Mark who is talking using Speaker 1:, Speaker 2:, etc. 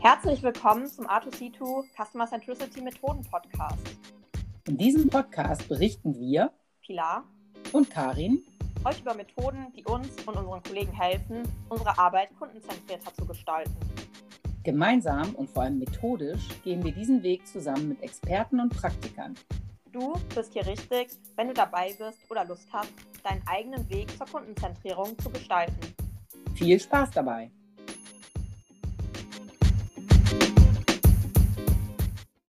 Speaker 1: Herzlich willkommen zum R2C2 Customer Centricity Methoden Podcast.
Speaker 2: In diesem Podcast berichten wir
Speaker 1: Pilar,
Speaker 2: und Karin
Speaker 1: heute über Methoden, die uns und unseren Kollegen helfen, unsere Arbeit kundenzentrierter zu gestalten.
Speaker 2: gemeinsam und vor allem methodisch gehen wir diesen Weg zusammen mit Experten und Praktikern.
Speaker 1: Du bist hier richtig, wenn du dabei bist oder Lust hast, deinen eigenen Weg zur Kundenzentrierung zu gestalten.
Speaker 2: Viel Spaß dabei!